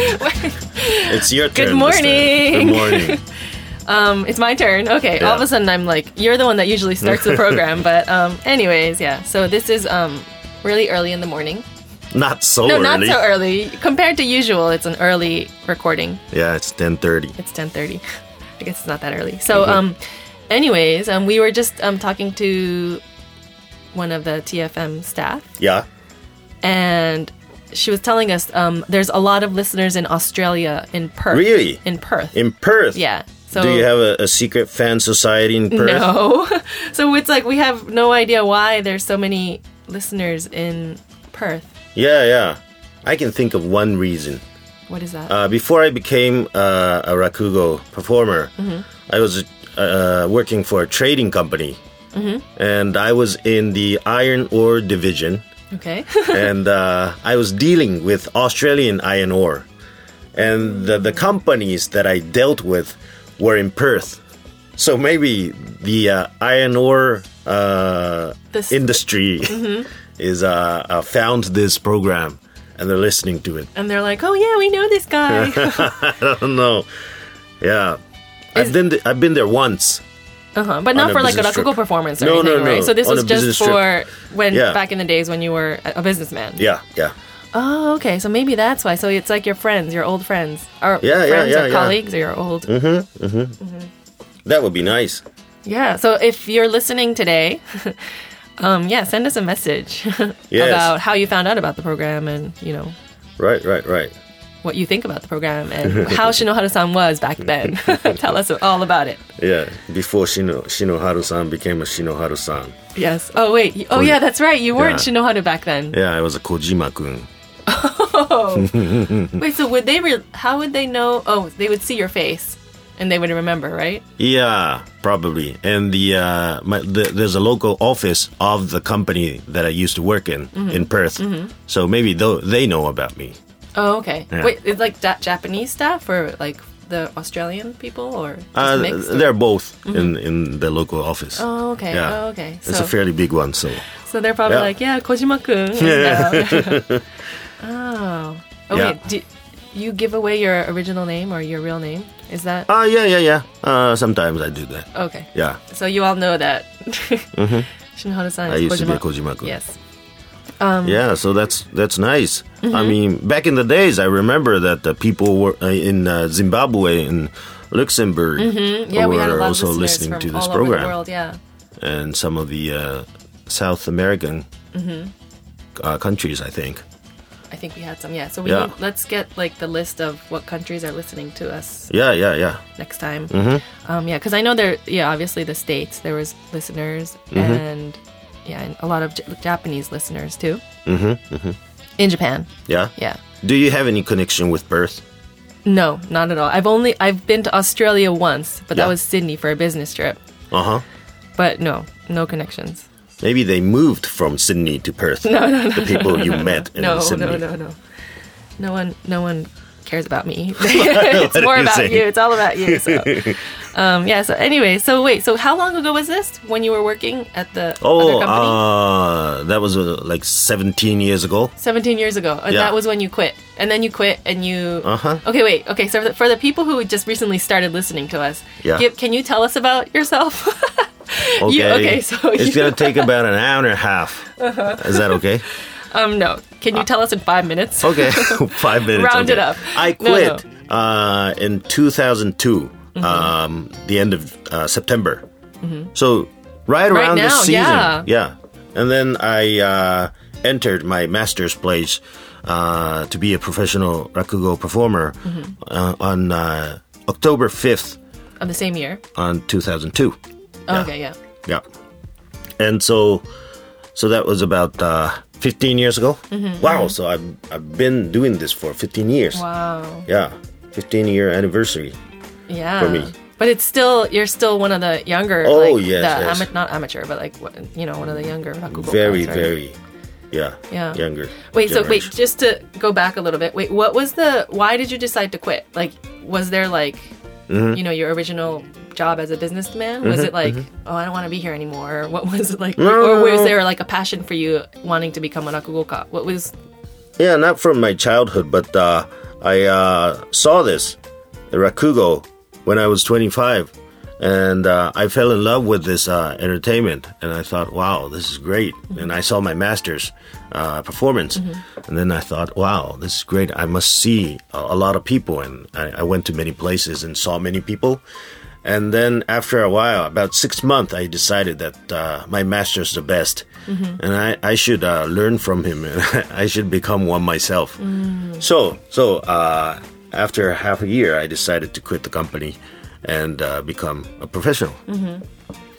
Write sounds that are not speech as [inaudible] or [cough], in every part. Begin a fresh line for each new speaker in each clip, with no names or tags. It's your
Good
turn. this time. Good
morning.
morning.
um, it's my turn. Okay. All of
Yeah.
a sudden, I'm like, you're the one that usually
[laughs]
starts the program. But, um, anyways, yeah. So this is um, really early in the morning.
Not so
No,
early.
not so early. Compared to usual, it's an early recording.
Yeah, it's ten thirty.
It's 10:30. I guess it's not that early. So,
Mm-hmm.
um, anyways, um, we were just um talking to one of the TFM staff,
Yeah.
and she was telling us um, there's a lot of listeners in Australia in Perth.
Really?
In Perth.
In Perth.
yeah. So
Do you have a, a secret fan society in Perth?
no. [laughs] so it's like we have no idea why there's so many listeners in Perth.
Yeah, yeah. I can think of one reason.
What is that?
Uh, before I became uh, a rakugo performer,
Mm-hmm.
I was uh, working for a trading company,
Mm-hmm.
and I was in the iron ore division.
okay. [laughs]
and uh, I was dealing with Australian iron ore, and the, the companies that I dealt with were in Perth. So maybe the uh, iron ore uh,
This-
industry is uh, uh, found this program, and they're listening to it. [laughs]
and they're like, oh yeah, we know this guy.
I don't know. Yeah, I've been th- I've been there once.
Uh-huh.
on
But not
a
for like a
business
rakugo
trip.
performance or
No,
anything,
no, no.
right? So this
On
was
a
just
business trip.
for when
Yeah.
back in the days when you were a a businessman.
Yeah, yeah,
Oh, okay. So maybe that's why. So it's like your friends, your old friends, or
Yeah, yeah,
friends
yeah, Mm-hmm.
or
yeah.
colleagues, or your old.
that would be nice.
Yeah. So if you're listening today, [laughs] um, yeah, send us a message [laughs]
Yes.
about how you found out about the program and you know
Right, right, right.
what you think about the program
[laughs]
and how Shinohara-san was back then. [laughs] Tell us all about it.
Yeah, before Shino Shinoharu-san became a Shinoharu-san.
Yes. Oh wait. You- Oh yeah, that's right. You weren't
Yeah.
Shinohara back then.
Yeah, I was a Kojima-kun.
Wait, so would they? Re- how would they know? Oh, they would see your face, and they would remember, right?
Yeah, probably. And the, uh, my, the there's a local office of the company that I used to work in
Mm-hmm.
in Perth. So maybe though they know about me.
Oh, okay.
Yeah.
Wait, it's like da- Japanese staff or like the Australian people or just
Uh,
mixed? Mm-hmm.
they're both in in the local office.
Oh, okay.
Yeah.
Oh, okay.
It's
So-
a fairly big one. So
so they're probably
yeah.
like, yeah,
[laughs]
Kojima-kun. and, uh, [laughs] oh. Oh
Yeah.
wait. Do you give away your original name or your real name? Is that
ah, yeah, yeah, yeah. Uh, sometimes I do that.
okay?
Yeah,
So you all know that. [laughs] Shinohara-san
Mm-hmm. I
is
used to be a
Kojima.
Kojima-kun.
Yes. Um,
Yeah, so that's that's nice.
mm-hmm.
I mean, back in the days, I remember that the people were uh, in uh, Zimbabwe and Luxembourg
Mm-hmm. Yeah,
were
we had a lot of
also
listeners
listening
from
to this
all
program,
over the world. Yeah.
and some of the uh, South American
Mm-hmm.
uh, countries, I think.
I think we had some. Yeah. So we
Yeah.
Need, let's get like the list of what countries are listening to us
Yeah, yeah, yeah,
next time.
Mm-hmm.
Um, yeah, because I know there. Yeah, obviously the states there was listeners
Mm-hmm.
and yeah, and a lot of J- Japanese listeners too. Mm-hmm, mm-hmm. In Japan.
yeah,
Yeah.
Do you have any connection with Perth?
No, not at all. I've only I've been to Australia once, but that
Yeah.
was Sydney for a business trip.
Uh huh.
But no, no connections.
Maybe they moved from Sydney to
[laughs]
Perth. the people you met in
No,
Sydney.
no, no, no. No one, no one cares about me. [laughs]
[laughs]
it's
What
more
are you
about
saying?
you. It's all about
[laughs]
you. So. um, yeah. So anyway, so wait. So how long ago was this when you were working at the
Oh,
other company?
uh, that was uh, like 17 years ago.
Seventeen years ago, and
yeah.
that was when you quit. And then you quit, and you.
Uh-huh.
Okay, wait. Okay, so for the people who just recently started listening to us,
Yeah.
give- can you tell us about yourself? [laughs]
Okay.
[laughs] You- okay, so
it's
you- Uh-huh.
gonna take about an hour and a half.
[laughs]
Is that okay?
um, no. Can
Uh,
you tell us in five minutes?
Okay, [laughs] five minutes.
Round it
okay.
up.
I
No, no. Mm-hmm.
quit Uh, in 2002, um, the end of uh, September. So right
Right
around
now,
this season,
yeah.
And then I uh, entered my master's place uh, to be a professional rakugo performer
Mm-hmm.
uh, on uh, October 5th
Of the same year.
on 2002.
Okay. Yeah.
Yeah. And so, so that was about uh, 15 years ago.
Mm-hmm.
Wow. So I've, I've been doing this for 15 years.
Wow.
Yeah. 15 year anniversary.
yeah
for me.
but it's still you're still one of the younger
Oh,
like,
yes,
the
yes.
ama- not amateur but like what- you know one of the younger rakugo
Very,
guys, right?
very, yeah.
Yeah.
Younger.
wait so wait
generation.
just to go back a little bit wait what was the why did you decide to quit like was there like
Mm-hmm.
you know your original job as a businessman was it like oh i don't want to be here anymore [laughs] or what was it like or
mm-hmm. no,
was
no.
there like a passion for you wanting to become a rakugoka what was
Yeah, not from my childhood, but uh, I uh, saw this Rakugo when I was 25, and uh, I fell in love with this uh, entertainment. And I thought, wow, this is great.
Mm-hmm.
And I saw my master's uh, performance, and then I thought, wow, this is great. I must see a, a lot of people, and I, I went to many places and saw many people. And then after a while, about six months, I decided that uh, my master's the best, and I, I should uh, learn from him, [laughs] and I should become one myself. So so uh, after half a year, I decided to quit the company and uh, become a professional,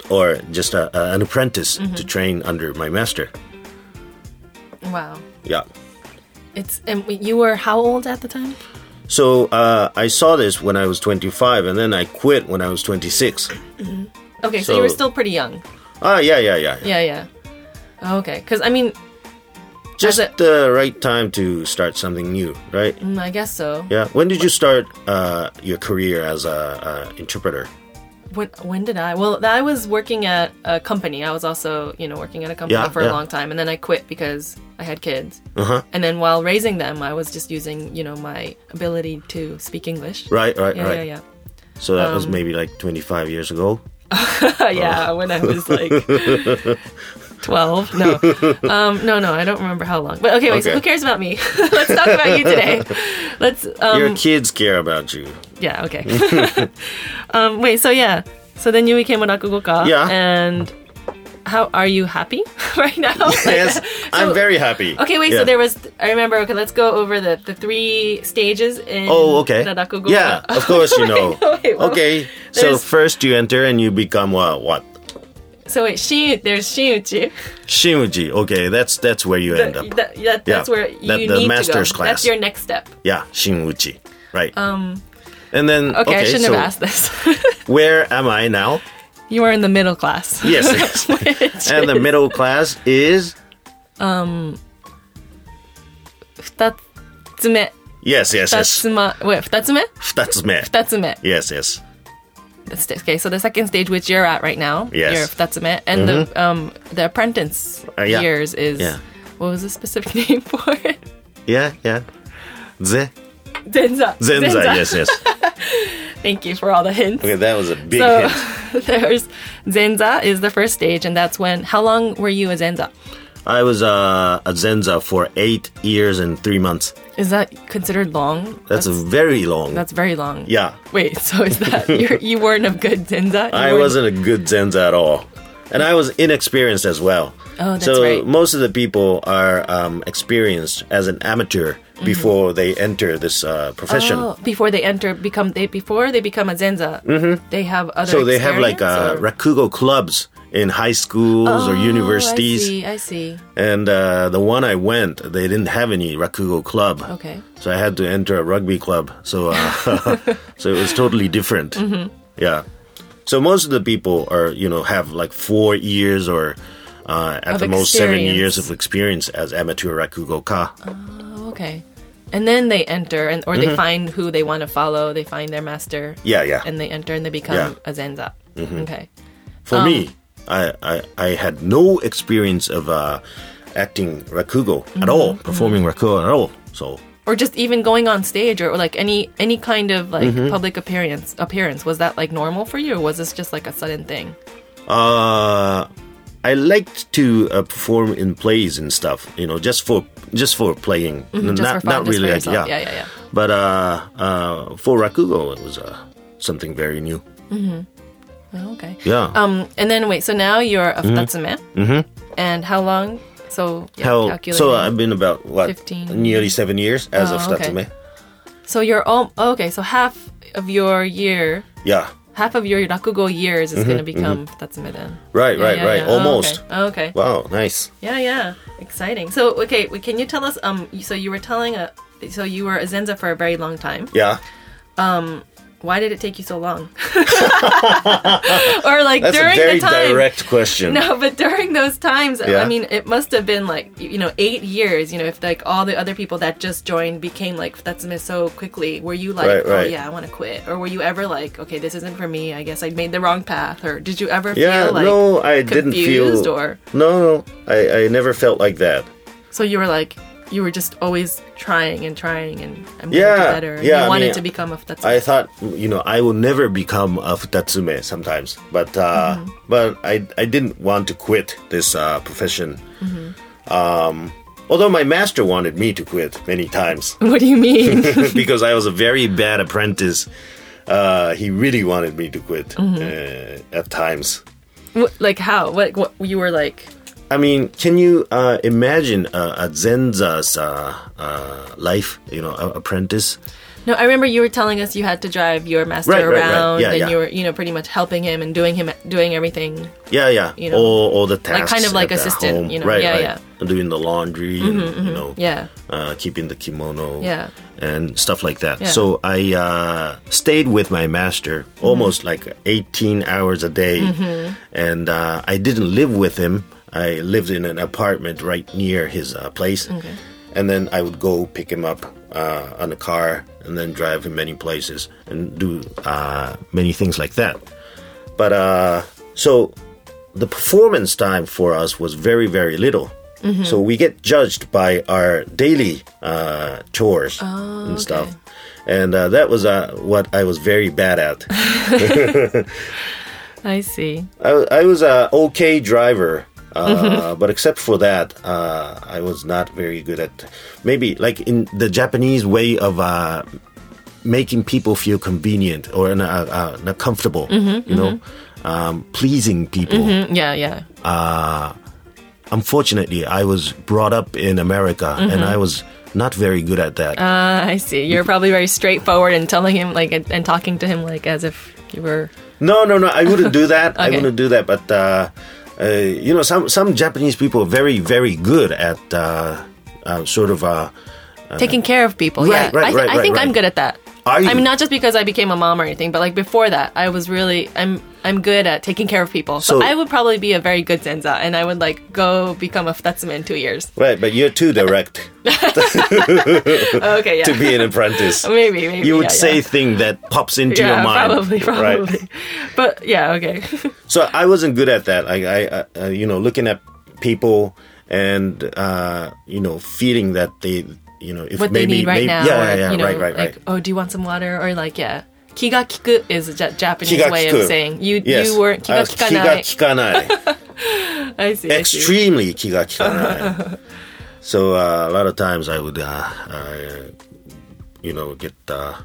or just a, a- an apprentice to train under my master.
Wow.
Yeah.
It's and you were how old at the time?
So uh, I saw this when I was 25, and then I quit when I was 26.
Okay, so, you were
So-
still pretty young.
Ah, yeah, yeah, yeah.
Yeah, yeah. Okay, because I mean,
Just
As a-
the right time to start something new, right?
mm, I guess so.
Yeah. When did you start uh, your career as a, uh interpreter?
When when did I? Well, I was working at a company. I was also you know working at a company
Yeah,
for
yeah.
a long time, and then I quit because I had kids.
Uh-huh.
And then while raising them, I was just using you know my ability to speak English.
Right, right,
Yeah,
right.
yeah, [laughs] Um, yeah.
So that was maybe like 25 years ago. Oh.
yeah, when I was
[laughs]
like 12. No. Um, no, no, I don't remember how long. But okay, wait, so
Okay.
who cares about me? [laughs] Let's talk about you
[laughs]
today. Let's, um,
your kids care about
[laughs]
you.
yeah, okay. [laughs] um, wait, so yeah. So then you became a rakugoka.
Yeah.
And how are you happy [laughs]
[laughs]
right now? Like,
Yes,
so-
I'm very happy.
[laughs] Okay, wait,
Yeah.
so there was, I remember, okay, let's go over the, the three stages in
Oh, okay.
the rakugoka.
Yeah,
[laughs]
of course you know.
wait, what-
okay, so
there's-
first you enter and you become uh, what?
So wait, shin, there's shinuchi.
Shimuji. Okay, that's that's where you end
Th-
up.
that- that- that's
Yeah.
where you
That- the
need
master's
to go.
class.
That's your next step.
Yeah, Shimuji. Right. Um And then
Okay, I shouldn't
so
have asked this. [laughs]
where am I now?
you are in the middle class.
Yes.
[laughs] Which
[laughs] and the middle class is
Futatsume.
Yes, yes, yes.
Futatsuma. Wait, futatsume?
Futatsume.
Futatsume.
Yes, yes.
That's the- Okay, so the second stage which you're at right now,
Yes. Mm-hmm.
you're futatsume, and the um the apprentice
Uh, yeah.
years is
Yeah.
what was the specific [laughs] name for it?
Yeah, yeah. Ze,
Zenza.
zenza, yes,
[laughs]
yes.
Thank you for all the hints.
Okay, that was a big
So [laughs]
hint.
there's Zenza is the first stage, and that's when. How long were you a Zenza?
I was uh, a zenza for eight years and three months.
Is that considered long?
That's, a very long.
That's very long.
Uh, yeah,
Wait, so is that
[laughs]
you're, you weren't a good zenza? You
I
weren't-
wasn't a good zenza at all, and I was inexperienced as well.
Oh, that's
so
right.
most of the people are um, experienced as an amateur
Mm-hmm.
before they enter this uh, profession.
Oh, before they enter, become they before they become a zenza, they have other.
Mm-hmm. So they have like uh,
experience, or-
rakugo clubs in high schools or universities.
Oh, I see. I see.
And uh, the one I went, they didn't have any rakugo club.
Okay.
So I had to enter a rugby club. So uh, [laughs] so it was totally different.
Mm-hmm.
Yeah. So most of the people are you know have like four years or uh, at
Of
the most seven
experience.
years of experience as amateur rakugo ka.
Oh, okay. And then they enter, and or they find who they want to follow. They find their master,
Yeah, Mm-hmm. yeah.
and they enter and they become
Yeah. Mm-hmm.
a zenza. Okay.
For
Um,
me, I, I I had no experience of uh, acting rakugo at all,
Mm-hmm.
performing rakugo at all. So
Or just even going on stage, or, or like any any kind of like
Mm-hmm.
public appearance appearance was that like normal for you, or was this just like a sudden thing?
Uh, I liked to uh, perform in plays and stuff, you know, just for just for playing, N-
Mm-hmm, Just
not
for fun,
not
just
really
for
like yeah.
yourself. yeah, yeah, yeah.
But uh, uh, for rakugo, it was uh, something very new.
Oh, okay.
Yeah.
Um, and then wait. So now you're a futatsume. Mm-hmm. And how long? So yeah,
How,
calculating.
so uh, I've been about what
15.
nearly seven years as of
Oh, okay.
Tatsume.
So you're all oh, okay. So half of your year,
Yeah.
half of your rakugo years is going to become futatsume then.
Mm-hmm, Right.
Yeah,
right.
yeah,
right.
yeah.
Almost.
Oh, okay. Oh, okay.
Wow. Nice.
Yeah, yeah. Exciting. So okay, wait, can you tell us? Um, so you were telling a, so you were a zenza for a very long time.
Yeah.
Why did it take you so
[laughs]
long? [laughs] or like
That's
during
a very
the time.
direct question.
[laughs] No, but during those times,
Yeah.
I mean, it must have been like you know eight years. You know, if like all the other people that just joined became like that's missed so quickly, were you like,
Right,
oh
right.
yeah, I want to quit, or were you ever like, okay, this isn't for me. I guess I made the wrong path, or did you ever
[laughs] Yeah.
feel like
no, I didn't
confused,
feel.
or
No, no, I I never felt like that.
so you were like, you were just always trying and trying and I'm gonna
Yeah,
do better.
yeah,
you
I
wanted
mean,
to become a [laughs] that's
I thought you know I will never become a futatsume sometimes, but uh,
Mm-hmm.
but I I didn't want to quit this uh, profession. Um,
Mm-hmm.
although my master wanted me to quit many
[laughs]
times [laughs]
what do you mean?
because I was a very bad apprentice. Uh, he really wanted me to quit
Mm-hmm.
uh, at times.
What- like how? What what you were like
I mean, can you uh, imagine uh, a zenza's uh, uh, life? You know, a- apprentice.
No, I remember you were telling us you had to drive your master
Right, right, right.
around
Yeah,
and
yeah.
you were, you know, pretty much helping him and doing him doing everything.
Yeah, yeah.
You know,
all, all the tasks.
kind of like
at the
assistant,
home.
you know,
Right,
yeah,
right.
yeah. Mm-hmm,
And Doing the laundry and, you know,
Yeah.
uh, keeping the kimono
Yeah.
and stuff like that.
Yeah.
So I uh, stayed with my master almost like 18 hours a day.
Mm-hmm.
And uh, I didn't live with him. I lived in an apartment right near his uh, place. And then I would go pick him up uh, on a car and then drive him many places and do uh, many things like that. But uh, so the performance time for us was very, very little. So we get judged by our daily uh, chores and stuff. And uh, that was uh, what I was very bad at.
I see.
I, I was a okay driver, uh, but except for that, uh, I was not very good at maybe like in the Japanese way of uh, making people feel convenient or uh, uh, not comfortable, you know, um, pleasing people.
Mm, Yeah, yeah.
Unfortunately, I was brought up in America and I was not very good at that.
Mm-hmm. Uh, I see. You're probably very straightforward and telling him like and, and talking to him like as if you were
No, no, no. I wouldn't do that.
[laughs]
I
Okay.
wouldn't do that. But uh, uh, you know, some some Japanese people are very very good at uh, uh, sort of. Uh,
taking care of people.
Right,
yeah,
right,
I, thi-
right,
I
right,
think I'm
right.
good at that.
Are you?
I mean, not just because I became a mom or anything, but like before that, I was really I'm I'm good at taking care of people. So,
So-
I would probably be a very good zenza, and I would like go become a futatsume in two years.
Right, but you're too direct [laughs]
Okay, yeah,
to be an
[laughs]
apprentice.
maybe maybe
You would
yeah,
say
yeah.
thing that pops into
yeah,
your mind.
probably
right?
probably, but yeah, okay, [laughs]
So I wasn't good at that. I, I, I you know, looking at people and uh, you know, feeling that they, you know, if
what
maybe,
they need
maybe-
right now.
yeah,
or,
yeah, yeah,
you know,
right, right,
like,
right.
Oh, do you want some water? Or like yeah. Kigakiku is a ja- Japanese way of
Kigakiku.
saying you
Yes.
you weren't
Uh,
kigakikanai.
kigakikanai.
[laughs] I see. I see.
extremely
[laughs]
kigakikanai. so uh, a lot of times I would, uh, uh, you know, get uh,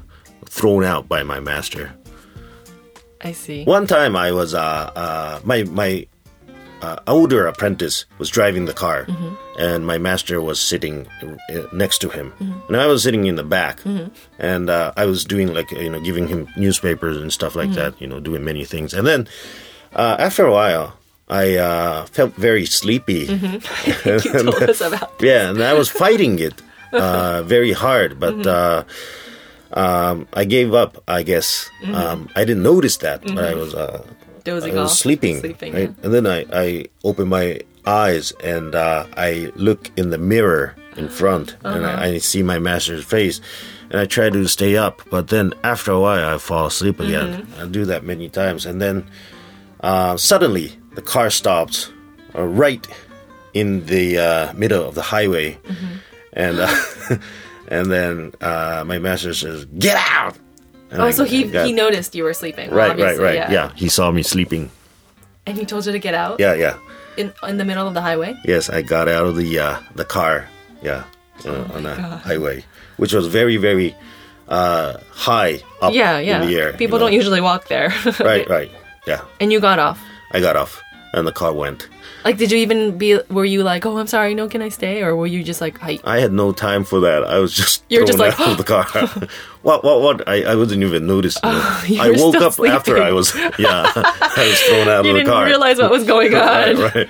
thrown out by my master.
I see. [laughs]
One time I was, uh, uh, my my uh, older apprentice was driving the car, and my master was sitting uh, next to him, and I was sitting in the back, and uh, I was doing like you know giving him newspapers and stuff like that, you know, doing many things, and then uh, after a while. I uh, felt very sleepy, [laughs]
You told us about
yeah, and I was fighting it uh, very hard, but uh, um, I gave up. I guess um, I didn't notice that, but I was uh, I
dozing off,
was sleeping,
sleeping.
right? And then I I open my eyes and uh, I look in the mirror in front, and
Uh-huh.
I, I see my master's face, and I try to stay up, but then after a while I fall asleep
Mm-hmm.
again. I do that many times, and then uh, suddenly the car stops uh, right in the uh, middle of the highway,
Mm-hmm.
and uh, [laughs] and then uh, my master says, "Get out!" And I-
Oh, so he
I got-
he noticed you were sleeping. well,
Right, right,
obviously,
right. Yeah. he saw me sleeping.
And he told you to get out
Yeah, yeah.
in in the middle of the highway.
Yes, I got out of the uh, the car. Yeah, uh,
Oh
on the highway, which was very, very uh, high up
Yeah, yeah.
in the air.
People don't usually walk there. [laughs]
Right, right. Yeah,
and you got off.
I got off, and the car went.
Like, did you even be? Were you like, oh, I'm sorry, no, can I stay? Or were you just like, I,
I had no time for that. I was just
You
thrown
were just like,
out of the
[gasps]
car. [laughs] what? What? What? I, I wasn't even noticed. you know.
Oh, you
I
were
woke
still
up after
sleeping.
I was [laughs] yeah. I was
[laughs]
thrown out of
you
the
didn't
car.
realize what was going on?
right, [laughs] right.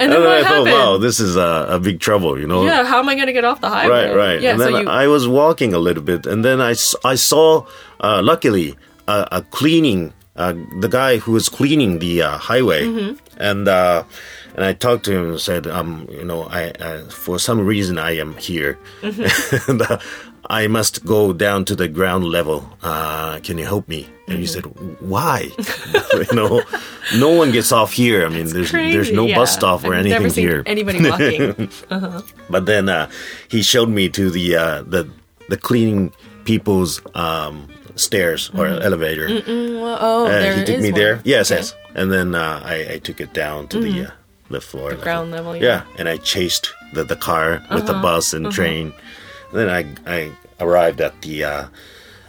And
And
then
then [laughs] I
what happened?
thought, wow, this is a, a big trouble. You know.
yeah, how am I gonna get off the highway?
Oh. Right, right.
Yeah,
and
so
then
you.
I was walking a little bit, and then I, s- I saw, uh, luckily, uh, a cleaning, uh, the guy who was cleaning the uh, highway.
Mm-hmm.
And uh, and I talked to him [laughs]
Mm-hmm.
and said, um, you know, I, I for some reason I am here. and, uh, I must go down to the ground level. Uh, can you help me? And
Mm-hmm.
you said, why? [laughs] you know, no one gets off here. I mean, there's
Crazy.
there's no bus
Yeah.
stop or
I've
anything
never seen
here.
Anybody
[laughs]
walking?
But then uh, he showed me to the uh, the the cleaning people's um, stairs or elevator.
well, oh,
Uh,
Mm-hmm. there
he took
is
me
one.
there. Yes,
Okay. Mm-hmm.
yes. And then uh, I, I took it down to the uh, the floor, level.
ground level, yeah. Uh-huh.
and I chased the, the car with the bus and train. Then I I arrived at the uh,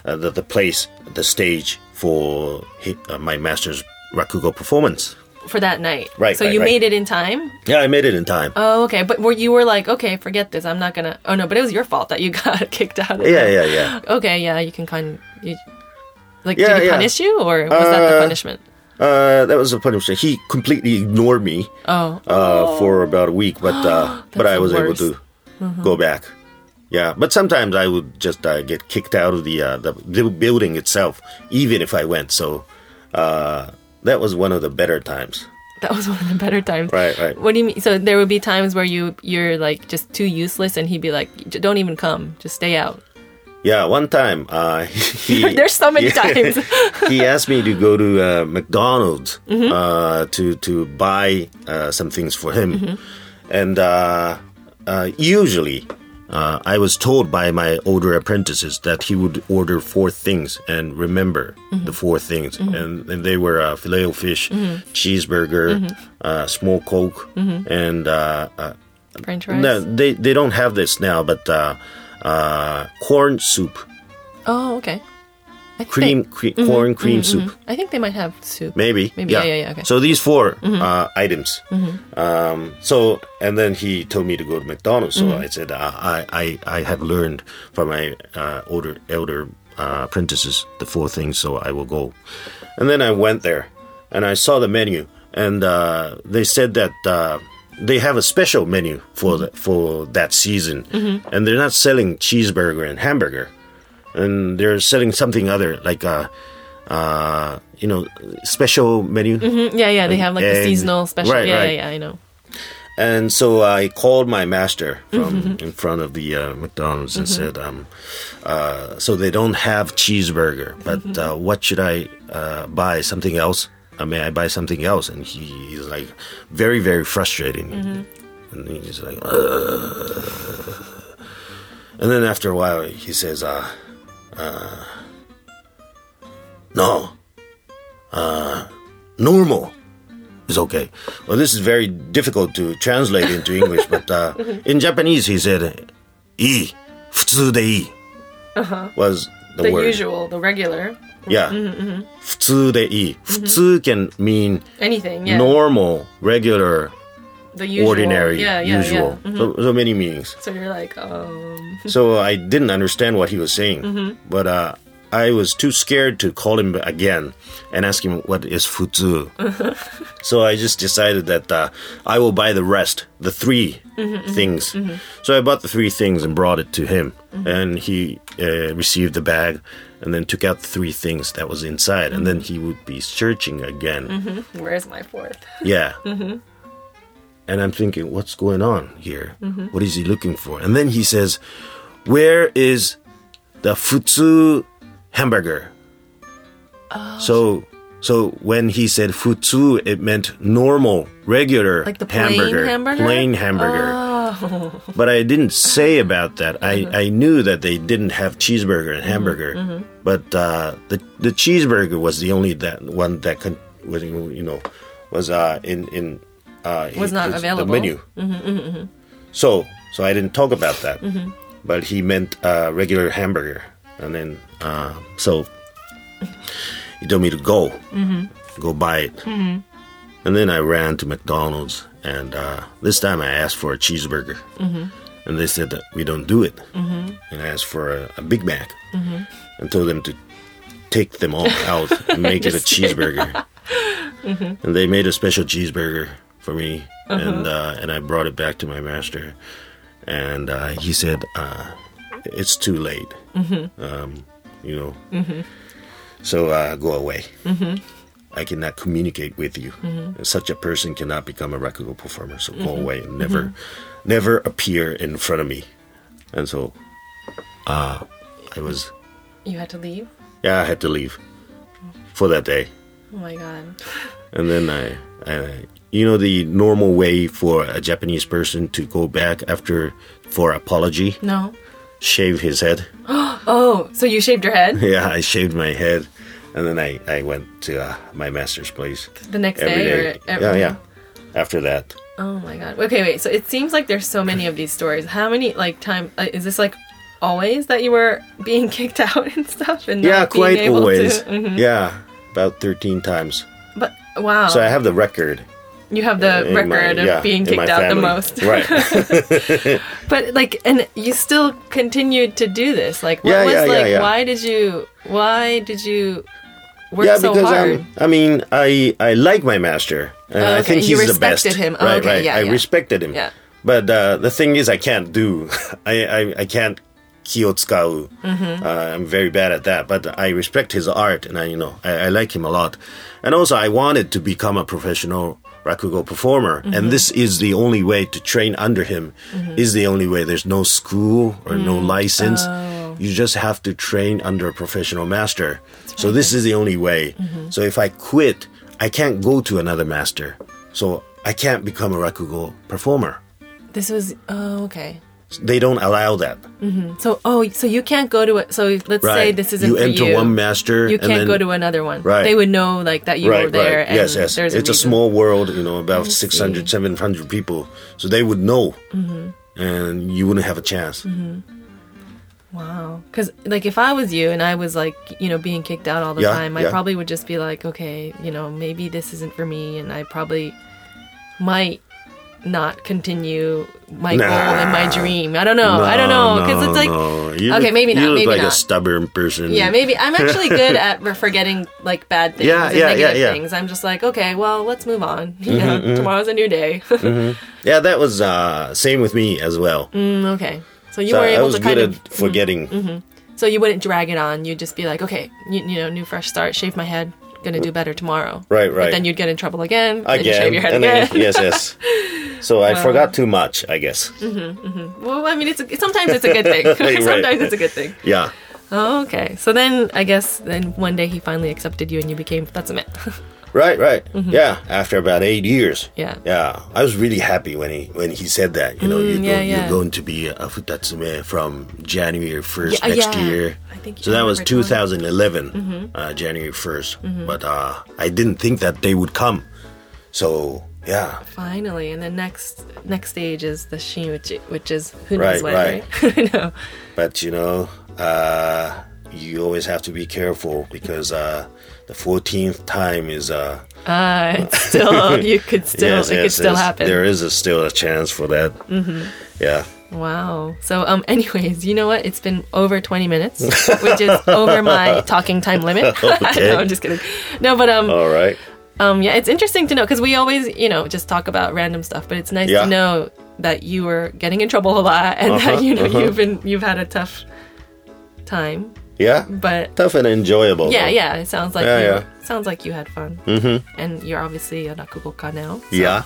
uh, the, the place, the stage for hi uh, my master's rakugo performance.
for that night.
Right,
So
right,
you
right.
made it in time.
Yeah, I made it in time.
Oh, okay. But were you were like, okay, forget this. I'm not gonna. Oh no, but it was your fault that you [laughs] got kicked out. Of
yeah,
the-
yeah, yeah.
Okay, yeah. You can kind. You, like,
Yeah,
did he
yeah.
punish you, or was that the
Uh,
punishment?
Uh, that was a punishment. He completely ignored me
Oh,
uh, for about a week,
[gasps]
but uh, but I
the
was able
worst.
to
Mm-hmm.
go back. Yeah, but sometimes I would just uh, get kicked out of the, uh, the the building itself, even if I went. So uh, that was one of the better times.
that was [laughs] one of the better times.
Right, right.
What do you mean? So there would be times where you you're like just too useless, and he'd be like, "J- "Don't even come. Just stay out."
Yeah, one time uh, [laughs] he
[laughs] There's
[laughs]
so many times.
he asked me to go to uh, McDonald's uh, to to buy uh, some things for him, and uh, uh, usually uh, I was told by my older apprentices that he would order four things and remember the four things, and, and they were uh, filet o fish, cheeseburger, uh, small coke, and uh, uh,
French fries.
no, they they don't have this now, but uh, uh, corn soup,
Oh, okay. I
cream, cre- corn cream soup.
Think, I think they might have soup.
Maybe.
Maybe, yeah, yeah, yeah, okay. Mm-hmm.
So these 4 uh, items. Um, so and then he told me to go to McDonald's. So
Mm-hmm.
I said uh, I, I I have learned from my uh, older elder uh, apprentices the four things. So I will go. And then I went there and I saw the menu and uh, they said that. Uh, they have a special menu for the, for that season,
Mm-hmm.
and they're not selling cheeseburger and hamburger, and they're selling something other like uh, uh, you know, special menu.
Mm, Yeah, yeah. They have like the
egg.
seasonal special.
Right,
yeah,
right.
yeah, yeah. I know.
And so I called my master from in front of the uh, McDonald's and said, um, uh, so they don't have cheeseburger, but uh, what should I uh, buy? Something else? I mean, I buy something else. And he, he's like very, very frustrated. And he's like, "Ugh." and then after a while, he says, uh, uh, no, uh, normal is okay. Well, this is very difficult to translate into English, but
[laughs]
uh, in Japanese, he said, "E, "i futsudei" was the,
Uh-huh. The
word.
usual, Mm-hmm, the regular,
Yeah, futsudei. Futsu can mean
anything. Mm-hmm. Yeah.
normal, regular,
the usual,
ordinary,
yeah, yeah,
usual.
Yeah. Mm-hmm.
So, so many meanings.
So you're like, um,
So I didn't understand what he was saying, but uh, I was too scared to call him again and ask him what is futsu. so I just decided that uh, I will buy the rest, the 3 things. So I bought the three things and brought it to him, and he uh, received the bag. And then took out the three things that was inside, and then he would be searching again.
where's my fourth?
Yeah.
Mm-hmm.
And I'm thinking, what's going on here?
Mm-hmm.
What is he looking for? And then he says, Where is the futsu hamburger?
Oh.
So so when he said futsu, it meant normal, regular
Like the plain
hamburger,
hamburger? Oh.
plain hamburger. But I didn't say about that. I,
Uh-huh.
I knew that they didn't have cheeseburger
Mm-hmm,
and hamburger, but uh, the the cheeseburger was the only that one that con- was you know was uh, in in uh,
Was not
it's
available. Mm-hmm,
the menu. So so I didn't talk about that, but he meant uh, regular hamburger, and then uh, so he told me to go
Mm-hmm.
go buy it. And then I ran to McDonald's, and uh, this time I asked for a cheeseburger. And they said that we don't do it. And I asked for a, a Big Mac and told them to take them all out and make it a
Just say-
cheeseburger. And they made a special cheeseburger for me, and uh, and I brought it back to my master. And uh, he said, uh, It's too late. Um, you know, so uh, go away. I cannot communicate with you. Such a person cannot become a rakugo performer. So go away and never, never appear in front of me. And so uh, I was
You had to leave?
yeah I had to leave for that day,
Oh my god.
and then I, I you know the normal way for a Japanese person to go back after for apology,
No.
shave his head. [laughs]
Oh, so you shaved your head
Yeah, I shaved my head, and then I I went to uh, my master's place
the next
every
day?
day.
Or every
yeah, yeah. After that,
Oh my god. Okay, wait. So it seems like there's so many of these stories. How many like time uh, is this like always that you were being [laughs] kicked out and stuff and
yeah,
not being
quite
able to- [laughs]
always.
Mhm.
Yeah, about thirteen times.
But wow.
So I have the record.
you have the
in
record
my-
of
yeah,
being
in
kicked
my
out the
family.
most. [laughs]
right.
But like and you still continued to do this. Like what
Yeah,
was
yeah, yeah,
like
yeah.
why did you why did you work
yeah,
so
because um,
hard?
I'm, I mean, I I like my master. And
Oh,
I
okay.
think
You
he's the best.
respected him. Oh,
right,
okay,
right.
yeah,
I
yeah.
respected him.
Yeah.
But uh, the thing is, I can't do. [laughs] I, I I can't kiyotsukau. Uh, I'm very bad at that. But I respect his art, and I you know I, I like him a lot. And also, I wanted to become a professional rakugo performer, and this is the only way to train under him. Is the only way. There's no school or no license. You just have to train under a professional master. So this is the only way. So if I quit, I can't go to another master. So I can't become a rakugo performer
This was oh okay.
they don't allow that.
So oh so you can't go to it. So let's say
Right.
this isn't
you
for
enter
you.
one master.
you
and
can't
then,
go to another one.
Right.
They would know like that you
right,
were there.
Right.
And
yes, yes.
There's
it's a,
reason.
small world, you know, about
see.
600, 700 people, so they would know,
Mm-hmm.
and you wouldn't have a chance.
Wow. Because like if I was you and I was like you know being kicked out all the
Yeah,
time, I
yeah.
probably would just be like, okay, you know maybe this isn't for me, and I probably might not continue my
Nah.
goal and my dream. I don't know. Oh, I don't know
No,
because it's like.
no. You
okay,
look-
maybe not,
You look
maybe
like a
not.
stubborn person.
Yeah, maybe
[laughs]
I'm actually good at re- forgetting like bad things
Yeah,
and
yeah, yeah,
negative
yeah. Mm-hmm,
things. I'm just like, okay, well, let's move on. [laughs] You know, tomorrow's a new day. [laughs]
Yeah, that was uh, same with me as well.
Mm, okay, so you
So
were
I
able
was
to
good
kind of Mm-hmm.
at forgetting.
So you wouldn't drag it on. You'd just be like, okay, you, you know, new fresh start. Shave my head. Gonna do better tomorrow.
Right,
But
right.
then you'd get in trouble again. Again. Then you
Again,
shave your head
and
again.
then, [laughs] yes, yes. So I forgot too much, I guess.
[laughs] Mm. well, I mean, it's a, sometimes it's a good thing.
[laughs]
[laughs]
Right.
sometimes it's a good thing.
Yeah,
Oh, okay. So then I guess then one day he finally accepted you and you became that's [laughs] a man.
right, right. Yeah, after about eight years.
Mm-hmm. yeah. Mm,
Yeah, I was really happy when he when he said that. You know, you're,
yeah,
go-
yeah.
you're going to be a futatsume from January first
Yeah,
next
yeah.
year.
I think
so.
you
That was
remember Mm-hmm.
2011,
telling-
uh, January 1st But uh, I didn't think that day would come. So yeah,
Finally, and the next next stage is the shinuchi, which is who
Right,
knows what,
right.
right? [laughs] no.
but you know, uh, you always have to be careful because uh, the 14th time is uh,
Uh, it's
[laughs]
still you could still
yes,
it could
yes,
still
yes,
happen. Mm-hmm.
There is a, still a chance for that. Yeah.
Wow. So, um, [laughs] anyways, you know what? It's been over 20 minutes, which is
[laughs]
over my talking time limit. [laughs]
Okay. Oh.
no, I'm just kidding. No, but um,
All right.
um, yeah, it's interesting to know because we always, you know, just talk about random stuff, but it's nice
Yeah. Uh-huh,
to know that you were getting in trouble a lot and that you know you've been you've had a tough time,
Yeah.
but
Tough and enjoyable.
Mm-hmm. yeah,
though.
yeah, it sounds like
Oh. Yeah,
you,
yeah.
sounds like you had fun, mm-hmm. and you're obviously a nakugoka now.
Yeah.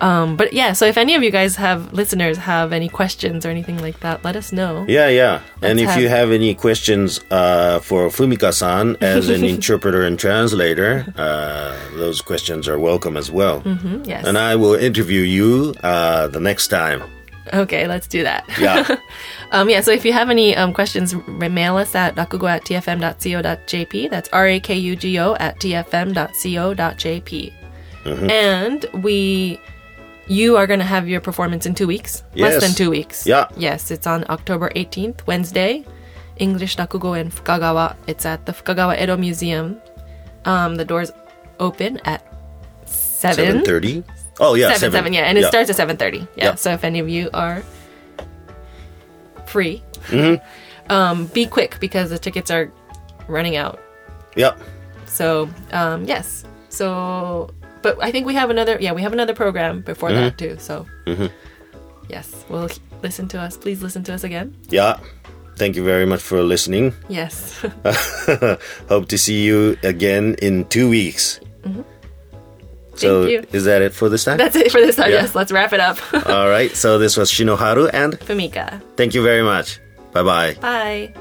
Um, but yeah, so if any of you guys have listeners have any questions or anything like that, let us know.
Yeah, yeah. and if
Let's
you have any questions uh, for Fumika san
[laughs]
as an interpreter and translator, uh, those questions are welcome as well.
Mm, Yes.
And I will interview you uh, the next time.
Okay, let's do that.
Yeah.
[laughs] um, yeah, so if you have any um, questions, r- mail us at rakugo at tfm.co.jp. That's R A K U G O at tfm.co.jp.
Mm-hmm.
And we, you are going to have your performance in two weeks.
Yes.
Less than two weeks.
Yeah.
Yes, it's on October 18th, Wednesday. English Rakugo in Fukagawa. It's at the Fukagawa Edo Museum. Um, the doors open at
7
7.
30? Oh, yeah.
seven, seven, yeah, and it starts at seven thirty. Yeah,
Yeah.
so if any of you are free, [laughs] um, be quick because the tickets are running out.
Yeah.
So um, yes, so but I think we have another. Yeah, we have another program before that too. So yes, well, h- listen to us. Please listen to us again.
Yeah. Thank you very much for listening. [laughs]
Yes, [laughs]
Hope to see you again in two weeks. So,
Mm-hmm. Thank you.
is that it for this time?
that's it for this time.
Yeah.
Yes, let's wrap it up. [laughs]
All right. So, this was Shinoharu, and
Famika.
thank you very much. Bye bye.
Bye.